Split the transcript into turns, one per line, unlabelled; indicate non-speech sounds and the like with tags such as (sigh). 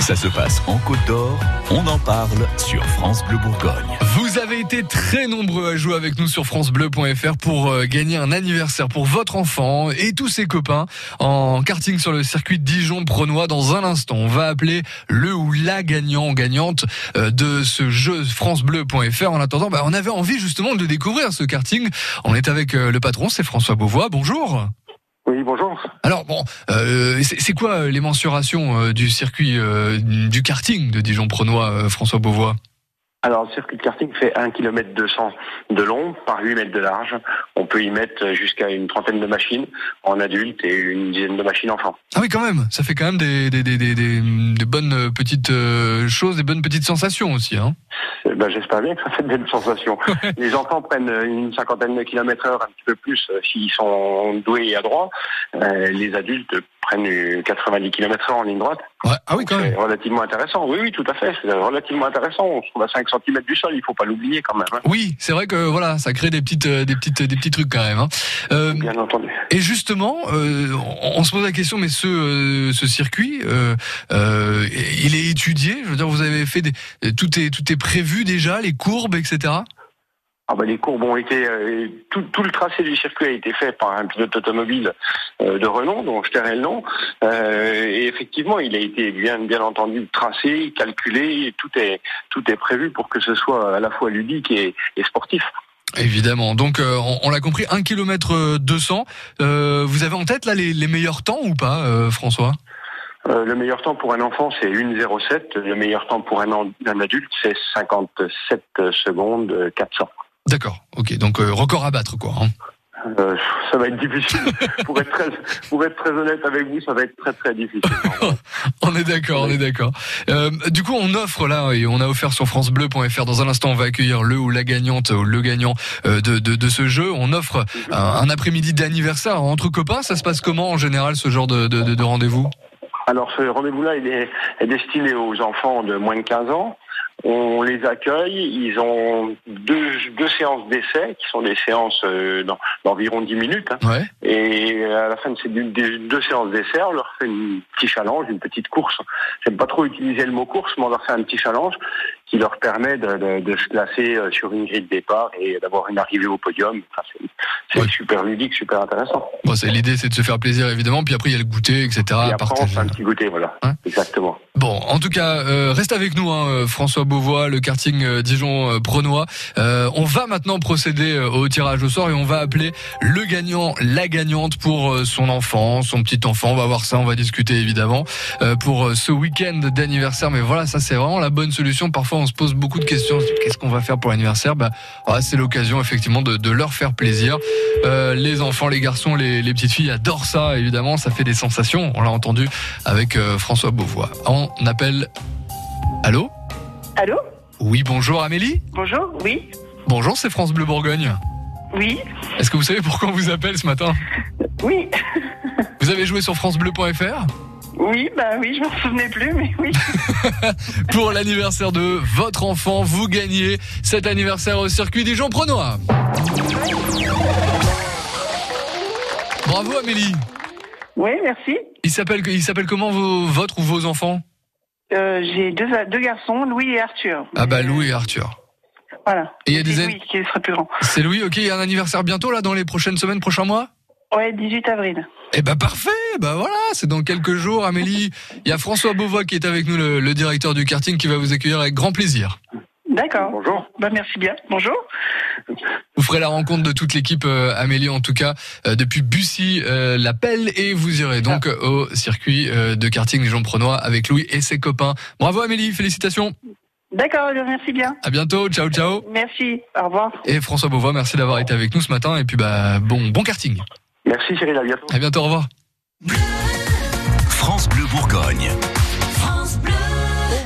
Ça se passe en Côte d'Or, on en parle sur France Bleu Bourgogne.
Vous avez été très nombreux à jouer avec nous sur francebleu.fr pour euh, gagner un anniversaire pour votre enfant et tous ses copains en karting sur le circuit Dijon-Prenois. Dans un instant, on va appeler le ou la gagnant ou gagnante euh, de ce jeu francebleu.fr. En attendant, bah, on avait envie justement de le découvrir, ce karting. On est avec euh, le patron, c'est François Beauvois. Bonjour.
Oui, bonjour.
Alors bon, euh, c'est c'est quoi euh, les mensurations euh, du circuit euh, du karting de Dijon-Prenois, euh, François Beauvois
Alors, le circuit de karting fait 1 km 200 de long par 8 mètres de large. On peut y mettre jusqu'à une trentaine de machines en adulte et une dizaine de machines enfants.
Ah oui, quand même. Ça fait quand même des des des des, des, des bonnes euh, petites euh, choses, des bonnes petites sensations aussi. Hein
Eh Ben, J'espère bien que ça fait de belles
(laughs)
sensations. Les enfants prennent une cinquantaine de kilomètres heure, un petit peu plus euh, s'ils sont doués et adroits. Euh, les adultes prennent euh, 90 km heure en ligne droite.
Ouais. Ah oui, quand même.
C'est relativement intéressant. Oui, oui, tout à fait. C'est relativement intéressant. On se trouve à 5 cm du sol, il faut pas l'oublier quand même. hein.
Oui, c'est vrai que voilà, ça crée des petites euh, des petites des petits trucs quand même. Hein. Euh,
Bien entendu.
et justement, euh, on, on se pose la question, mais ce euh, ce circuit, euh, euh, il est étudié. Je veux dire, vous avez fait des, tout est tout est prévu déjà, les courbes, etc.
Ah bah les courbes ont été euh, tout, tout le tracé du circuit a été fait par un pilote automobile euh, de renom dont je tairai le nom Euh, et effectivement il a été bien bien entendu tracé calculé et tout est tout est prévu pour que ce soit à la fois ludique et, et sportif
Évidemment. Donc, euh, on, on l'a compris, 1 km 200. Euh, vous avez en tête là les, les meilleurs temps ou pas, euh, François
Euh, le meilleur temps pour un enfant c'est 1,07 le meilleur temps pour un, an- un adulte c'est 57 secondes euh, 400
D'accord. Ok. Donc euh, record à battre, quoi. hein. (laughs)
Euh, ça va être difficile (laughs) pour être très pour être très honnête avec vous ça va être très très difficile
On est d'accord. On est d'accord. Euh, du coup, on offre là et on a offert sur francebleu.fr. Dans un instant, on va accueillir le ou la gagnante ou le gagnant euh, de, de, de ce jeu. On offre un, un après-midi d'anniversaire entre copains. Ça se passe comment en général ce genre de, de, de- de rendez-vous
Alors ce rendez-vous-là, il est, est destiné aux enfants de moins de 15 ans. On les accueille, ils ont deux, deux séances d'essai, qui sont des séances euh, d'en- d'environ 10 minutes. hein.
Ouais.
Et à la fin de ces deux, des- deux séances d'essai, on leur fait un petit challenge, une petite course. J'aime pas trop utiliser le mot course, mais on leur fait un petit challenge qui leur permet de, de- de se classer euh, sur une grille de départ et d'avoir une arrivée au podium. Enfin, c'est c'est
Ouais.
super ludique, super intéressant.
Bon, c'est l'idée, c'est de se faire plaisir évidemment. Puis après, il y a le goûter, etc. à
et après, on
partager.
fait un petit goûter, voilà.
Hein
Exactement.
Bon, en tout cas, euh, reste avec nous, hein, euh, François Beauvois, le karting euh, Dijon euh, Prenois. Euh, on va maintenant procéder euh, au tirage au sort et on va appeler le gagnant, la gagnante pour euh, son enfant, son petit enfant. On va voir ça, on va discuter évidemment euh, pour euh, ce week-end d'anniversaire. Mais voilà, ça c'est vraiment la bonne solution. Parfois, on se pose beaucoup de questions. On se dit, Qu'est-ce qu'on va faire pour l'anniversaire Bah, ah, c'est l'occasion effectivement de, de leur faire plaisir. Euh, les enfants, les garçons, les, les petites filles adorent ça. Évidemment, ça fait des sensations. On l'a entendu avec euh, François Beauvois. On appelle. Allô
Allô
Oui, bonjour Amélie
Bonjour Oui
Bonjour, c'est France Bleu Bourgogne.
Oui
Est-ce que vous savez pourquoi on vous appelle ce matin
Oui
Vous avez joué sur FranceBleu.fr
Oui, bah oui, je m'en souvenais plus, mais oui.
Pour l'anniversaire de votre enfant, vous gagnez cet anniversaire au circuit Dijon-Prenois. Bravo Amélie
Oui, merci.
Il s'appelle il s'appelle comment vos, votre ou vos enfants
Euh, J'ai deux, deux garçons, Louis et Arthur.
Ah bah Louis et Arthur.
Voilà.
Et il y a
C'est
des an-
Louis qui sera plus grand.
C'est Louis, ok, il y a un anniversaire bientôt là dans les prochaines semaines, prochains mois
Ouais, 18 avril.
Eh ben parfait, bah voilà, c'est dans quelques jours Amélie. Il y a François Beauvois qui est avec nous, le, le directeur du karting, qui va vous accueillir avec grand plaisir.
D'accord.
Bonjour.
Bah merci bien. Bonjour.
Vous ferez la rencontre de toute l'équipe euh, Amélie en tout cas euh, depuis Bussy euh, l'appel et vous irez donc euh, au circuit euh, de karting Jean Prenois avec Louis et ses copains. Bravo Amélie, félicitations.
D'accord, merci bien.
À bientôt, ciao ciao.
Merci. Au revoir.
Et François Beauvois, merci d'avoir été avec nous ce matin et puis bah bon bon karting.
Merci Cyril, à bientôt.
À bientôt, au revoir.
France Bleu Bourgogne.